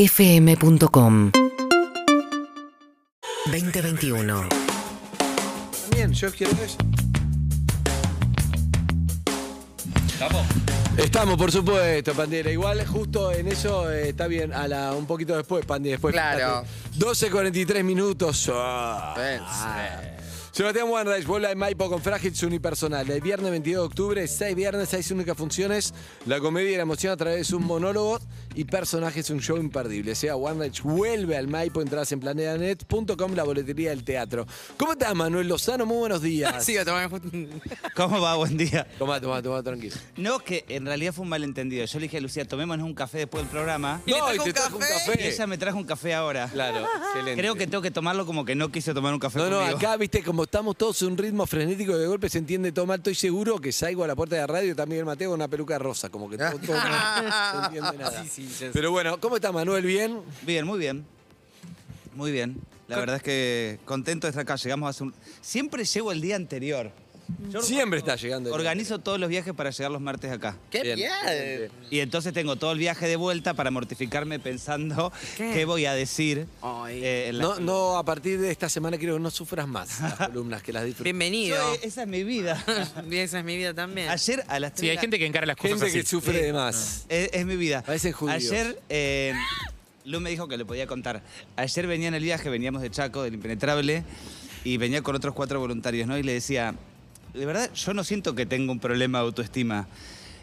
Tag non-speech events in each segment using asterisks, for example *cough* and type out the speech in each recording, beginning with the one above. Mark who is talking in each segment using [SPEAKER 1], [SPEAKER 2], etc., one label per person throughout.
[SPEAKER 1] UrbanaPlayFM.com 2021.
[SPEAKER 2] También, yo quiero eso.
[SPEAKER 3] ¿Estamos?
[SPEAKER 2] Estamos, por supuesto, Pandera. Igual, justo en eso eh, está bien. A la, un poquito después, Pandi, después.
[SPEAKER 4] Claro.
[SPEAKER 2] fíjate. 12.43 minutos. Ah.
[SPEAKER 4] Pues,
[SPEAKER 2] Sebastián Wanreich, Puebla de Maipo con Frágil su Unipersonal. El viernes 22 de octubre, 6 viernes, 6 únicas funciones. La comedia y la emoción a través de sus monólogos y personajes, un show imperdible. Sea Wanreich vuelve al Maipo, entras en planeanet.com, la boletería del teatro. ¿Cómo estás, Manuel Lozano? Muy buenos
[SPEAKER 4] *laughs*
[SPEAKER 2] días.
[SPEAKER 4] Sí, a tomar justo.
[SPEAKER 3] ¿Cómo va? Buen día.
[SPEAKER 2] Tomá, tomá, tomá, tranquilo.
[SPEAKER 3] No, que en realidad fue un malentendido. Yo le dije a Lucía, tomémonos un café después del programa.
[SPEAKER 4] Y le trajo un café.
[SPEAKER 3] Y ella me trajo un café ahora.
[SPEAKER 2] Claro, excelente.
[SPEAKER 3] Creo que tengo que tomarlo como que no quise tomar un café
[SPEAKER 2] No, no,
[SPEAKER 3] conmigo.
[SPEAKER 2] acá, viste, como estamos todos en un ritmo frenético de golpe, se entiende todo mal. Estoy seguro que salgo a la puerta de la radio también Mateo con una peluca rosa, como que todo, todo mal, no se entiende nada.
[SPEAKER 4] Sí, sí, sí.
[SPEAKER 2] Pero bueno, ¿cómo está Manuel? ¿Bien?
[SPEAKER 3] Bien, muy bien. Muy bien. La verdad es que contento de estar acá. Llegamos hace un... Siempre llego el día anterior. Yo
[SPEAKER 2] Siempre está llegando. el-
[SPEAKER 3] Organizo todos los viajes para llegar los martes acá.
[SPEAKER 4] ¡Qué
[SPEAKER 2] Bien.
[SPEAKER 4] bien!
[SPEAKER 3] Y entonces tengo todo el viaje de vuelta para mortificarme pensando qué, voy a decir.
[SPEAKER 4] Ay.
[SPEAKER 3] eh, en la-
[SPEAKER 2] No, no, a partir de esta semana creo que no sufras más las columnas, que las disfrutes.
[SPEAKER 3] Yo,
[SPEAKER 4] Bienvenido.
[SPEAKER 3] eh, esa es mi vida.
[SPEAKER 4] *laughs* Esa es mi vida también.
[SPEAKER 3] Ayer a las 3
[SPEAKER 5] Sí, hay gente que encara las cosas
[SPEAKER 2] Gente que
[SPEAKER 5] así.
[SPEAKER 2] sufre de más.
[SPEAKER 3] Es, es mi vida.
[SPEAKER 2] Parecen judíos.
[SPEAKER 3] Ayer, eh, Lu me dijo que le podía contar. Ayer venía en el viaje, veníamos de Chaco, del Impenetrable, y venía con otros cuatro voluntarios, ¿no? Y le decía, de verdad, yo no siento que tengo un problema de autoestima.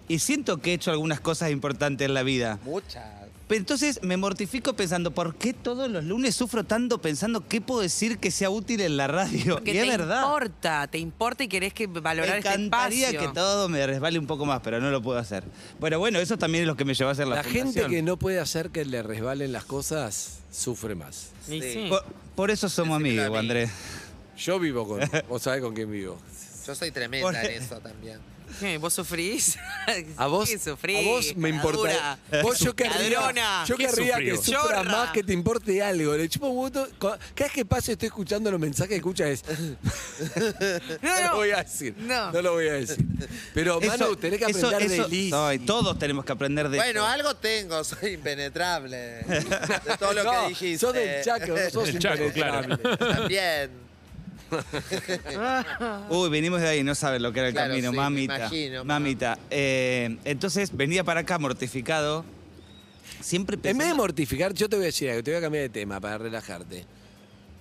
[SPEAKER 3] Y siento que he hecho algunas cosas importantes en la vida.
[SPEAKER 4] Muchas.
[SPEAKER 3] Pero Entonces me mortifico pensando, ¿por qué todos los lunes sufro tanto pensando qué puedo decir que sea útil en la radio?
[SPEAKER 4] Porque
[SPEAKER 3] y es
[SPEAKER 4] te
[SPEAKER 3] verdad.
[SPEAKER 4] importa, te importa y querés que valorar
[SPEAKER 3] Me
[SPEAKER 4] este
[SPEAKER 3] encantaría
[SPEAKER 4] espacio.
[SPEAKER 3] que todo me resbale un poco más, pero no lo puedo hacer. Bueno, bueno, eso también es lo que me llevó a hacer la,
[SPEAKER 2] La gente
[SPEAKER 3] fundación.
[SPEAKER 2] que no puede hacer que le resbalen las cosas sufre más.
[SPEAKER 4] Y sí.
[SPEAKER 3] Por, por eso somos
[SPEAKER 4] Decímelo
[SPEAKER 3] amigos,
[SPEAKER 4] a mí.
[SPEAKER 3] Andrés.
[SPEAKER 2] Yo vivo con. Vos sabés con quién vivo.
[SPEAKER 6] Yo soy tremenda
[SPEAKER 3] Por-
[SPEAKER 6] en eso también.
[SPEAKER 4] ¿Qué? ¿Vos sufrís? *laughs*
[SPEAKER 2] A vos,
[SPEAKER 4] Sí, sufrí,
[SPEAKER 2] a vos me importa.
[SPEAKER 4] caradura.
[SPEAKER 2] *laughs* Vos yo querría,
[SPEAKER 4] Ladrona.
[SPEAKER 2] yo
[SPEAKER 5] ¿Qué
[SPEAKER 2] querría que
[SPEAKER 5] sufrió?
[SPEAKER 2] sufra
[SPEAKER 4] Chorra.
[SPEAKER 2] más que te importe algo. Le chupo un voto. Cada vez que paso y estoy escuchando los mensajes que escuchas es. No,
[SPEAKER 4] *laughs* No,
[SPEAKER 2] lo
[SPEAKER 4] no.
[SPEAKER 2] voy a decir. No.
[SPEAKER 4] No.
[SPEAKER 2] lo voy a decir. Pero, Manu, tenés que
[SPEAKER 3] eso-
[SPEAKER 2] aprender
[SPEAKER 3] eso-
[SPEAKER 2] de Liz.
[SPEAKER 3] Ay, todos tenemos que aprender de
[SPEAKER 6] Bueno,
[SPEAKER 3] eso.
[SPEAKER 6] algo tengo, *laughs* soy impenetrable. De todo
[SPEAKER 2] *laughs*
[SPEAKER 6] lo
[SPEAKER 2] No,
[SPEAKER 6] que dijiste.
[SPEAKER 2] Sos del Chaco, no
[SPEAKER 6] *laughs*
[SPEAKER 2] sos
[SPEAKER 5] Del Chaco, claro.
[SPEAKER 2] impenetrable.
[SPEAKER 6] También.
[SPEAKER 3] *laughs* Uy, venimos de ahí, no sabes lo que era el
[SPEAKER 6] Claro,
[SPEAKER 3] camino,
[SPEAKER 6] sí, me
[SPEAKER 3] mamita.
[SPEAKER 6] imagino, mamá.
[SPEAKER 3] mamita. Eh, entonces venía para acá mortificado. Siempre
[SPEAKER 2] En
[SPEAKER 3] pensando...
[SPEAKER 2] vez de mortificar, yo te voy a decir algo, te voy a cambiar de tema para relajarte.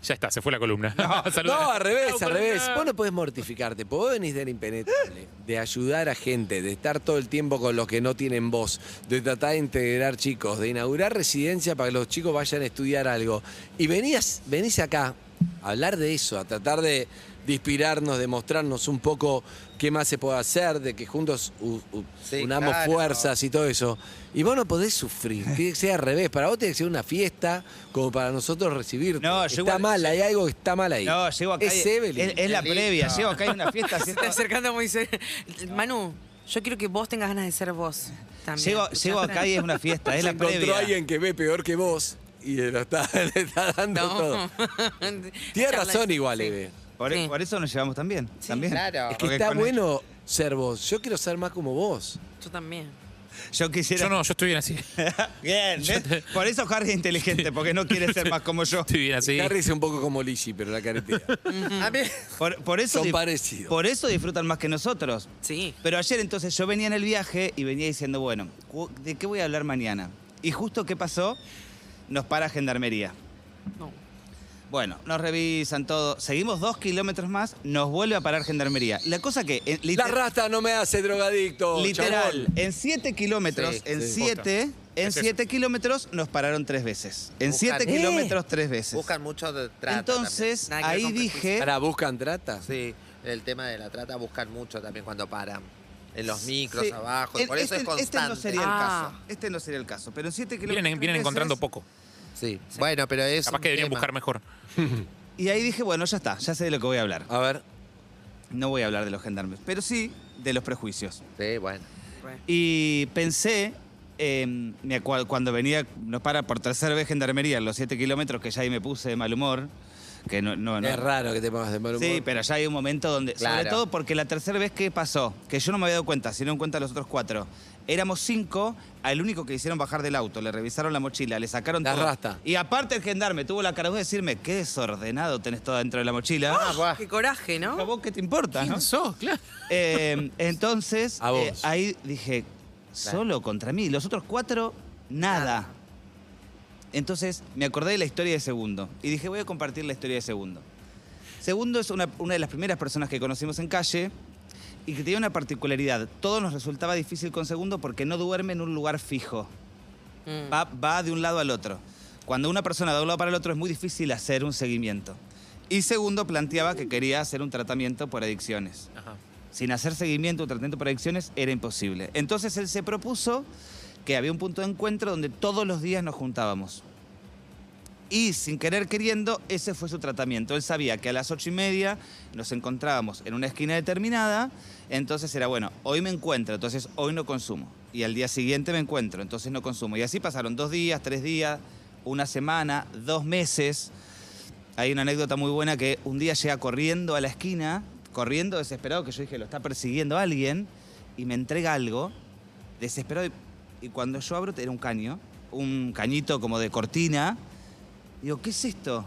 [SPEAKER 5] Ya está, se fue la columna. *laughs* Saluda.
[SPEAKER 2] No, al revés,
[SPEAKER 5] Chau,
[SPEAKER 2] al revés.
[SPEAKER 5] columna.
[SPEAKER 2] Vos no podés mortificarte, porque vos venís del impenetrable, de ayudar a gente, de estar todo el tiempo con los que no tienen voz, de tratar de integrar chicos, de inaugurar residencia para que los chicos vayan a estudiar algo. Y venías, venís acá a hablar de eso, a tratar de, de inspirarnos, de mostrarnos un poco qué más se puede hacer, de que juntos u- u-
[SPEAKER 6] Sí,
[SPEAKER 2] unamos
[SPEAKER 6] claro.
[SPEAKER 2] fuerzas y todo eso. Y vos no podés sufrir, tiene que ser al revés. Para vos tiene que ser una fiesta como para nosotros recibirte.
[SPEAKER 3] No, yo
[SPEAKER 2] está
[SPEAKER 3] igual-
[SPEAKER 2] mal, hay algo que está mal ahí.
[SPEAKER 3] No, llego acá.
[SPEAKER 2] Es
[SPEAKER 3] y-
[SPEAKER 2] Evelyn.
[SPEAKER 3] Es, es la
[SPEAKER 6] Qué lindo.
[SPEAKER 3] previa, llego acá hay una fiesta.
[SPEAKER 4] Se
[SPEAKER 3] siento-
[SPEAKER 4] está acercando muy cerca. Manu, yo quiero que vos tengas ganas de ser vos también.
[SPEAKER 3] llego, llego acá y es una fiesta, es
[SPEAKER 2] Se
[SPEAKER 3] la
[SPEAKER 2] encontró
[SPEAKER 3] previa.
[SPEAKER 2] alguien que ve peor que vos y lo está, *laughs* le está dando todo.
[SPEAKER 4] *laughs* *laughs* No.
[SPEAKER 2] Tiene
[SPEAKER 4] Charla-
[SPEAKER 2] razón igual,
[SPEAKER 4] sí.
[SPEAKER 2] Eve.
[SPEAKER 3] Por, e-
[SPEAKER 4] Sí.
[SPEAKER 3] por eso nos llevamos también. también.
[SPEAKER 6] claro.
[SPEAKER 2] Es que
[SPEAKER 3] Porque
[SPEAKER 2] está
[SPEAKER 3] Ah, con-
[SPEAKER 2] bueno ser vos. Yo quiero ser más como vos.
[SPEAKER 4] Yo también.
[SPEAKER 3] Yo quisiera.
[SPEAKER 5] Yo no, yo estoy bien así. *laughs*
[SPEAKER 3] Bien, ¿ves? por eso Harry es inteligente, porque no quiere ser más
[SPEAKER 2] *laughs*
[SPEAKER 3] como yo.
[SPEAKER 5] Estoy bien así.
[SPEAKER 2] Harry es un poco como Lizzie, pero la caretea. Mm.
[SPEAKER 6] A mí-
[SPEAKER 3] Por, por *laughs* eso
[SPEAKER 2] Son
[SPEAKER 3] dif-
[SPEAKER 2] parecidos.
[SPEAKER 3] Por eso disfrutan más que nosotros.
[SPEAKER 4] Sí.
[SPEAKER 3] Pero ayer entonces yo venía en el viaje y venía diciendo, bueno, cu- ¿de qué voy a hablar mañana? Y justo qué pasó, nos para Gendarmería.
[SPEAKER 4] No.
[SPEAKER 3] Bueno, nos revisan todo. Seguimos dos kilómetros más, nos vuelve a parar Gendarmería. La cosa que... eh,
[SPEAKER 2] La
[SPEAKER 3] liter-
[SPEAKER 2] rasta no me hace drogadicto.
[SPEAKER 3] Literal,
[SPEAKER 2] chabón.
[SPEAKER 3] en 7 kilómetros,
[SPEAKER 6] Sí,
[SPEAKER 3] en
[SPEAKER 2] sí.
[SPEAKER 3] 7, en
[SPEAKER 5] Es eso.
[SPEAKER 3] 7 kilómetros nos pararon tres veces. En
[SPEAKER 6] Buscan-
[SPEAKER 3] 7
[SPEAKER 6] ¿Eh?
[SPEAKER 3] kilómetros tres veces.
[SPEAKER 6] Buscan mucho de trata.
[SPEAKER 3] Entonces,
[SPEAKER 4] también. Nada que ver
[SPEAKER 3] ahí
[SPEAKER 4] con
[SPEAKER 3] dije,
[SPEAKER 2] Pará, buscan trata.
[SPEAKER 6] también. Sí, el tema de la trata buscan mucho también cuando paran. En los micros,
[SPEAKER 3] Sí.
[SPEAKER 6] abajo.
[SPEAKER 3] El-
[SPEAKER 6] por
[SPEAKER 3] este,
[SPEAKER 6] eso es constante.
[SPEAKER 3] Este no sería el
[SPEAKER 4] Ah.
[SPEAKER 3] caso. Este no sería el caso. Pero en 7 kilómetros
[SPEAKER 5] Vienen, vienen
[SPEAKER 3] tres
[SPEAKER 5] encontrando
[SPEAKER 3] veces,
[SPEAKER 5] poco.
[SPEAKER 6] Ah, Sí. Bueno, pero es.
[SPEAKER 5] Capaz
[SPEAKER 6] un
[SPEAKER 5] que deberían
[SPEAKER 6] tema.
[SPEAKER 5] buscar mejor.
[SPEAKER 3] Y ahí dije, bueno, ya está, ya sé de lo que voy a hablar.
[SPEAKER 2] A ver.
[SPEAKER 3] No voy a hablar de los gendarmes, pero sí de los prejuicios.
[SPEAKER 6] Sí, bueno.
[SPEAKER 4] Re.
[SPEAKER 3] Y pensé, eh, me acuer- cuando venía, nos para por tercera vez gendarmería, en los 7 kilómetros, que ya ahí me puse de mal humor, Que no, no, no.
[SPEAKER 2] Es raro que te pongas de mal humor.
[SPEAKER 3] Sí, pero ya hay un momento donde.
[SPEAKER 6] Claro.
[SPEAKER 3] Sobre todo porque la tercera vez que pasó, que yo no me había dado cuenta, sino en cuenta los otros cuatro. Éramos cinco, al único que hicieron bajar del auto, le revisaron la mochila, le sacaron
[SPEAKER 2] La
[SPEAKER 3] todo.
[SPEAKER 2] rasta.
[SPEAKER 3] Y aparte el gendarme tuvo la cara de decirme, qué desordenado tenés todo dentro de la mochila.
[SPEAKER 6] Ah, buah.
[SPEAKER 4] Qué coraje,
[SPEAKER 3] ¿A
[SPEAKER 4] ¿no?
[SPEAKER 3] vos qué te importa?
[SPEAKER 5] ¿Quién
[SPEAKER 3] no?
[SPEAKER 5] sos? Claro.
[SPEAKER 2] *laughs*
[SPEAKER 3] Eh, entonces,
[SPEAKER 2] A vos.
[SPEAKER 3] eh, ahí dije, solo contra mí. Los otros cuatro, nada. Entonces, me acordé de la historia de Segundo. Y dije, voy a compartir la historia de Segundo. Segundo es una, una de las primeras personas que conocimos en calle y que tenía una particularidad. Todo nos resultaba difícil con Segundo porque no duerme en un lugar fijo.
[SPEAKER 2] Mm.
[SPEAKER 3] Va, va de un lado al otro. Cuando una persona va de un lado para el otro es muy difícil hacer un seguimiento. Y Segundo planteaba que quería hacer un tratamiento por adicciones sin hacer seguimiento o tratamiento para adicciones era imposible. Entonces él se propuso que había un punto de encuentro donde todos los días nos juntábamos. Y sin querer queriendo, ese fue su tratamiento. Él sabía que a las ocho y media nos encontrábamos en una esquina determinada, entonces era bueno, hoy me encuentro, entonces hoy no consumo. Y al día siguiente me encuentro, entonces no consumo. Y así pasaron dos días, tres días, una semana, dos meses. Hay una anécdota muy buena que un día llega corriendo a la esquina, corriendo desesperado, que yo dije, lo está persiguiendo alguien, y me entrega algo, desesperado. y- Y cuando yo abro, era un caño, un cañito como de cortina. Digo, ¿qué es esto?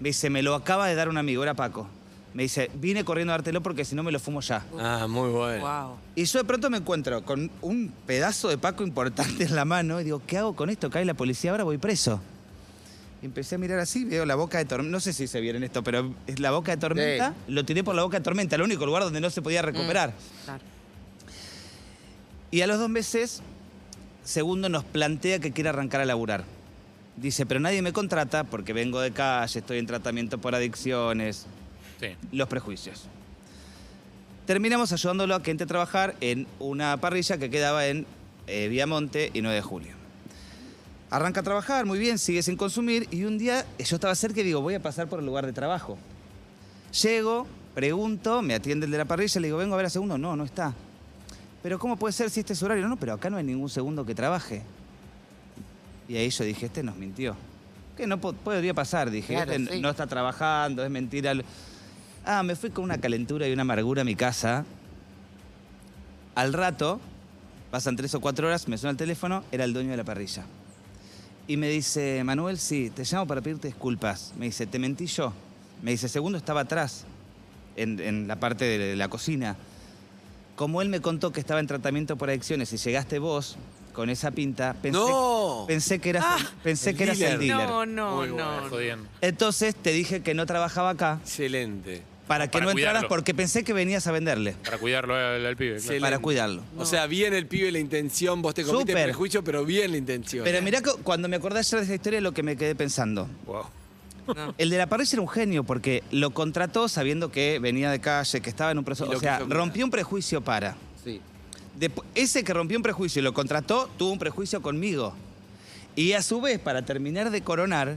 [SPEAKER 3] Me dice, me lo acaba de dar un amigo, era Paco. Me dice, vine corriendo a dártelo porque si no me lo fumo ya.
[SPEAKER 2] Ah, muy bueno.
[SPEAKER 4] Wow.
[SPEAKER 3] Y yo de pronto me encuentro con un pedazo de Paco importante en la mano y digo, ¿qué hago con esto? Cae la policía, ahora voy preso. Y empecé a mirar así, veo la boca de tormenta. No sé si se vieron esto, pero es la boca de tormenta. Lo tiré por la boca de tormenta, el único lugar donde no se podía recuperar.
[SPEAKER 4] Claro.
[SPEAKER 3] Y a los dos meses, Segundo nos plantea que quiere arrancar a laburar. Dice, pero nadie me contrata porque vengo de calle, estoy en tratamiento por adicciones,
[SPEAKER 5] Sí.
[SPEAKER 3] los prejuicios. Terminamos ayudándolo a que entre a trabajar en una parrilla que quedaba en eh, Viamonte y 9 de julio. Arranca a trabajar, muy bien, sigue sin consumir y un día yo estaba cerca y digo, voy a pasar por el lugar de trabajo. Llego, pregunto, me atiende el de la parrilla, le digo, vengo a ver a segundo. No, no está. Pero ¿cómo puede ser si este es horario? No, pero acá no hay ningún segundo que trabaje. Y ahí yo dije, este nos mintió. Que no po- podría pasar, dije,
[SPEAKER 6] Claro,
[SPEAKER 3] este
[SPEAKER 6] sí.
[SPEAKER 3] no está trabajando, es mentira. Ah, me fui con una calentura y una amargura a mi casa. Al rato, pasan tres o cuatro horas, me suena el teléfono, era el dueño de la parrilla. Y me dice, Manuel, sí, te llamo para pedirte disculpas. Me dice, te mentí yo. Me dice, segundo estaba atrás, en, en la parte de la cocina. Como él me contó que estaba en tratamiento por adicciones y llegaste vos con esa pinta, pensé,
[SPEAKER 2] ¡No!
[SPEAKER 3] pensé que eras,
[SPEAKER 4] Ah,
[SPEAKER 3] pensé
[SPEAKER 2] el
[SPEAKER 3] que eras
[SPEAKER 2] dealer.
[SPEAKER 3] el dealer.
[SPEAKER 4] No, no,
[SPEAKER 5] Muy bueno,
[SPEAKER 4] no.
[SPEAKER 5] jodiendo.
[SPEAKER 3] Entonces te dije que no trabajaba acá
[SPEAKER 2] Excelente.
[SPEAKER 3] para que
[SPEAKER 5] Para
[SPEAKER 3] no entraras
[SPEAKER 5] cuidarlo.
[SPEAKER 3] porque pensé que venías a venderle,
[SPEAKER 5] Para cuidarlo al, al pibe. claro.
[SPEAKER 2] Sí.
[SPEAKER 3] para cuidarlo.
[SPEAKER 2] O sea, bien el pibe la intención, vos te comiste el
[SPEAKER 3] Súper.
[SPEAKER 2] prejuicio, pero bien la intención.
[SPEAKER 3] Pero mirá, que cuando me acordé ayer de esa historia, lo que me quedé pensando.
[SPEAKER 5] Wow.
[SPEAKER 3] El de la parrilla era un genio porque lo contrató sabiendo que venía de calle, que estaba en un
[SPEAKER 2] Y
[SPEAKER 3] proceso.
[SPEAKER 2] lo
[SPEAKER 3] O sea,
[SPEAKER 2] quiso mirar.
[SPEAKER 3] rompió un prejuicio para.
[SPEAKER 6] Sí.
[SPEAKER 3] Depu- ese que rompió un prejuicio y lo contrató, tuvo un prejuicio conmigo. Y a su vez, para terminar de coronar,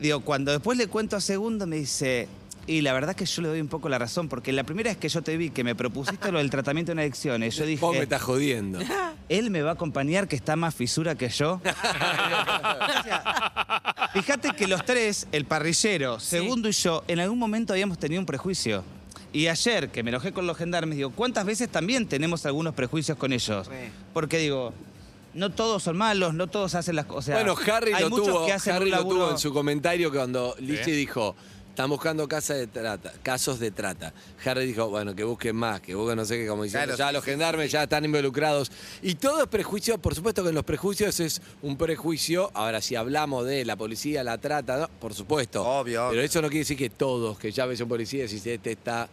[SPEAKER 3] digo, cuando después le cuento a Segundo, me dice, y la verdad es que yo le doy un poco la razón, porque la primera vez que yo te vi, que me propusiste lo del tratamiento en adicciones, yo dije,
[SPEAKER 2] Vos me estás
[SPEAKER 3] *laughs*
[SPEAKER 2] jodiendo.
[SPEAKER 3] él me va a acompañar que está más fisura que yo.
[SPEAKER 2] *laughs*
[SPEAKER 3] O sea, Fíjate que los tres, el parrillero, segundo y yo, en algún momento habíamos tenido un prejuicio. Y ayer, que me enojé con los gendarmes, digo, ¿cuántas veces también tenemos algunos prejuicios con ellos?
[SPEAKER 4] Re.
[SPEAKER 3] Porque digo, no todos son malos, no todos hacen las cosas.
[SPEAKER 2] bueno, Harry
[SPEAKER 3] hay
[SPEAKER 2] lo
[SPEAKER 3] muchos
[SPEAKER 2] tuvo,
[SPEAKER 3] que hacen
[SPEAKER 2] Harry
[SPEAKER 3] un
[SPEAKER 2] lo
[SPEAKER 3] laburo-
[SPEAKER 2] tuvo en su comentario cuando Lichi dijo, están buscando casa de trata, casos de trata. Harry dijo, bueno, que busquen más, que busquen no sé qué, como diciendo,
[SPEAKER 6] Claro,
[SPEAKER 2] ya
[SPEAKER 6] sí,
[SPEAKER 2] los
[SPEAKER 6] sí,
[SPEAKER 2] gendarmes ya están involucrados. Y todo es prejuicio, por supuesto que en los prejuicios es un prejuicio. Ahora, si hablamos de la policía, la trata, ¿no? por supuesto.
[SPEAKER 6] Obvio,
[SPEAKER 2] Pero
[SPEAKER 6] obvio.
[SPEAKER 2] eso no quiere decir que todos, que ya ves a un policía, si este está,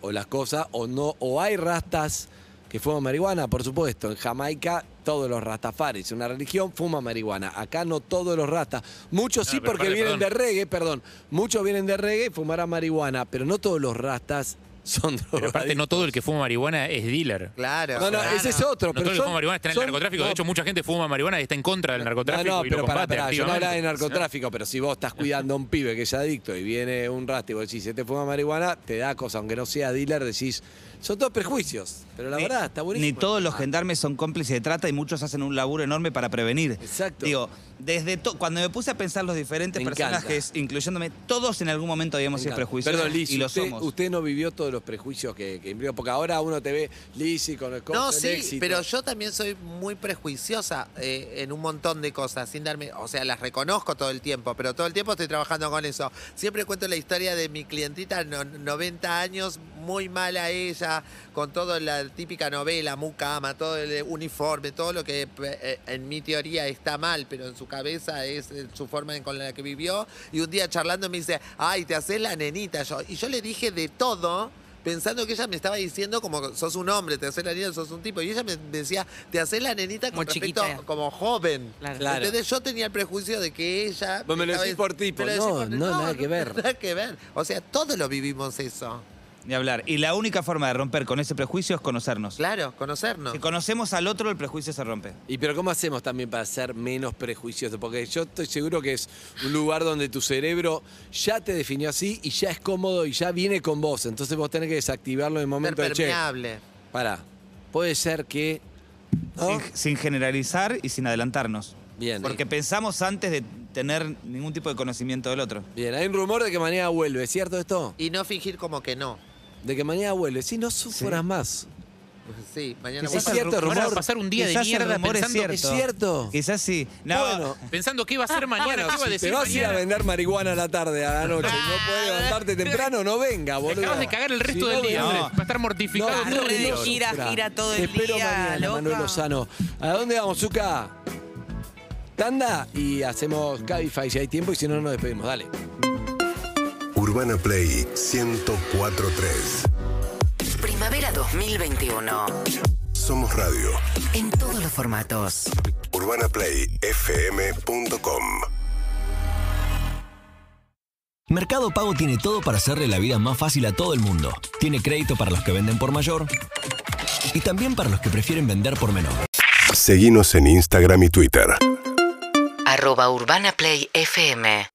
[SPEAKER 2] o las cosas, o no, o hay rastas que fuman marihuana, por supuesto. En Jamaica, todos los rastafaris, una religión, fuma marihuana. Acá no todos los rastas. Muchos
[SPEAKER 5] No,
[SPEAKER 2] sí
[SPEAKER 5] pero
[SPEAKER 2] porque
[SPEAKER 5] aparte,
[SPEAKER 2] vienen
[SPEAKER 5] Ah, perdón.
[SPEAKER 2] de reggae, perdón. Muchos vienen de reggae y fumarán marihuana, pero no todos los rastas son
[SPEAKER 5] Pero aparte, no
[SPEAKER 2] drogadictos.
[SPEAKER 5] todo el que fuma marihuana es dealer.
[SPEAKER 6] Claro.
[SPEAKER 2] No, no,
[SPEAKER 6] claro.
[SPEAKER 2] ese es otro.
[SPEAKER 5] No todo
[SPEAKER 2] pero
[SPEAKER 5] el que
[SPEAKER 2] son-
[SPEAKER 5] fuma marihuana está en el
[SPEAKER 2] son-
[SPEAKER 5] narcotráfico.
[SPEAKER 2] no,
[SPEAKER 5] de hecho, mucha gente fuma marihuana y está en contra del narcotráfico
[SPEAKER 2] no, no,
[SPEAKER 5] y
[SPEAKER 2] pero
[SPEAKER 5] lo
[SPEAKER 2] pará,
[SPEAKER 5] combate
[SPEAKER 2] pará, yo no
[SPEAKER 5] activamente.
[SPEAKER 2] hablaba de narcotráfico, pero si vos estás cuidando a un pibe que es adicto y viene un rasta y vos decís, si te fuma marihuana, te da cosa, aunque no sea dealer, decís, Son todos prejuicios, pero la
[SPEAKER 3] Ni-
[SPEAKER 2] verdad está buenísimo.
[SPEAKER 3] Eh,
[SPEAKER 2] Ah,
[SPEAKER 3] Ni todos los gendarmes son cómplices de trata y muchos hacen un laburo enorme para prevenir.
[SPEAKER 2] Exacto.
[SPEAKER 3] Digo, desde to- cuando me puse a pensar los diferentes
[SPEAKER 2] Me encanta.
[SPEAKER 3] personajes, incluyéndome, todos en algún momento habíamos sido prejuiciosos
[SPEAKER 2] Perdón, Liz,
[SPEAKER 3] y lo
[SPEAKER 2] usted,
[SPEAKER 3] somos.
[SPEAKER 2] usted no vivió todos los prejuicios que, que implica, porque ahora uno te ve Lizzy con el
[SPEAKER 6] No,
[SPEAKER 2] cóctel
[SPEAKER 6] sí,
[SPEAKER 2] éxito.
[SPEAKER 6] pero yo también soy muy prejuiciosa eh, en un montón de cosas, sin darme, o sea, las reconozco todo el tiempo, pero todo el tiempo estoy trabajando con eso. Siempre cuento la historia de mi clientita, no- 90 años, muy mala ella, con toda la típica novela, mucama, todo el uniforme, todo lo que eh, en mi teoría está mal, pero en su cabeza es eh, su forma en- con la que vivió. Y un día charlando me dice, ay, te haces la nenita. Yo, y yo le dije de todo pensando que ella me estaba diciendo como sos un hombre, te haces la niña, sos un tipo. Y ella me decía, te haces la nenita como
[SPEAKER 4] Como chiquita.
[SPEAKER 6] como joven.
[SPEAKER 4] Claro.
[SPEAKER 2] Claro.
[SPEAKER 6] Entonces yo tenía el prejuicio de que ella...
[SPEAKER 2] Vos me lo
[SPEAKER 6] estaba-
[SPEAKER 2] decís por tipo.
[SPEAKER 6] me lo decís
[SPEAKER 2] No, no, nada que ver.
[SPEAKER 6] *laughs* Nada que ver. O sea, todos lo vivimos eso.
[SPEAKER 3] Ni hablar. Y la única forma de romper con ese prejuicio es conocernos.
[SPEAKER 6] Claro, conocernos.
[SPEAKER 3] Si conocemos al otro, el prejuicio se rompe.
[SPEAKER 2] Y pero ¿cómo hacemos también para ser menos prejuiciosos? Porque yo estoy seguro que es un lugar donde tu cerebro ya te definió así y ya es cómodo y ya viene con vos. Entonces vos tenés que desactivarlo en el
[SPEAKER 6] Ser
[SPEAKER 2] momento de che.
[SPEAKER 6] permeable.
[SPEAKER 2] Pará. Puede ser que. ¿no?
[SPEAKER 3] Sin, sin generalizar y sin adelantarnos.
[SPEAKER 2] Bien.
[SPEAKER 3] Porque pensamos antes de tener ningún tipo de conocimiento del otro.
[SPEAKER 2] Bien, hay un rumor de que mañana vuelve, ¿cierto esto?
[SPEAKER 6] Y no fingir como que no.
[SPEAKER 2] De que mañana vuelve. Si no sufras más.
[SPEAKER 6] Sí, mañana
[SPEAKER 2] Es
[SPEAKER 6] vuelvo.
[SPEAKER 2] cierto, rumor.
[SPEAKER 5] Ahora pasar un día de
[SPEAKER 3] Quizás el
[SPEAKER 5] mierda
[SPEAKER 3] rumor es
[SPEAKER 5] pensando,
[SPEAKER 2] ¿Es cierto?
[SPEAKER 3] Quizás sí. No,
[SPEAKER 2] Bueno.
[SPEAKER 5] pensando qué va a ser mañana,
[SPEAKER 2] Bueno,
[SPEAKER 5] qué va a
[SPEAKER 2] si
[SPEAKER 5] decir
[SPEAKER 2] te vas a ir a
[SPEAKER 5] mañana. Ah,
[SPEAKER 2] vender marihuana a la tarde, a la noche, y no puedes levantarte temprano, no venga,
[SPEAKER 5] Te
[SPEAKER 2] boludo.
[SPEAKER 5] acabas de cagar el resto
[SPEAKER 2] Si
[SPEAKER 5] del
[SPEAKER 2] no
[SPEAKER 5] día,
[SPEAKER 2] venga-
[SPEAKER 5] Andrés. Va a estar mortificado.
[SPEAKER 4] no,
[SPEAKER 5] todo el
[SPEAKER 4] no,
[SPEAKER 5] día.
[SPEAKER 4] no. gira,
[SPEAKER 2] Sufra.
[SPEAKER 4] gira todo
[SPEAKER 2] Te
[SPEAKER 4] el
[SPEAKER 2] espero
[SPEAKER 4] día,
[SPEAKER 2] mañana,
[SPEAKER 4] loca.
[SPEAKER 2] Manuel Lozano. ¿A dónde vamos, Zuka? Tanda y hacemos Cabify si hay tiempo y si no, nos despedimos. Dale.
[SPEAKER 7] Urbana Play 1043.
[SPEAKER 1] Primavera 2021.
[SPEAKER 7] Somos radio.
[SPEAKER 1] En todos los formatos.
[SPEAKER 7] UrbanaPlayFM.com.
[SPEAKER 8] Mercado Pago tiene todo para hacerle la vida más fácil a todo el mundo. Tiene crédito para los que venden por mayor y también para los que prefieren vender por menor.
[SPEAKER 7] Seguimos en Instagram y Twitter.
[SPEAKER 1] Arroba Urbana Play FM.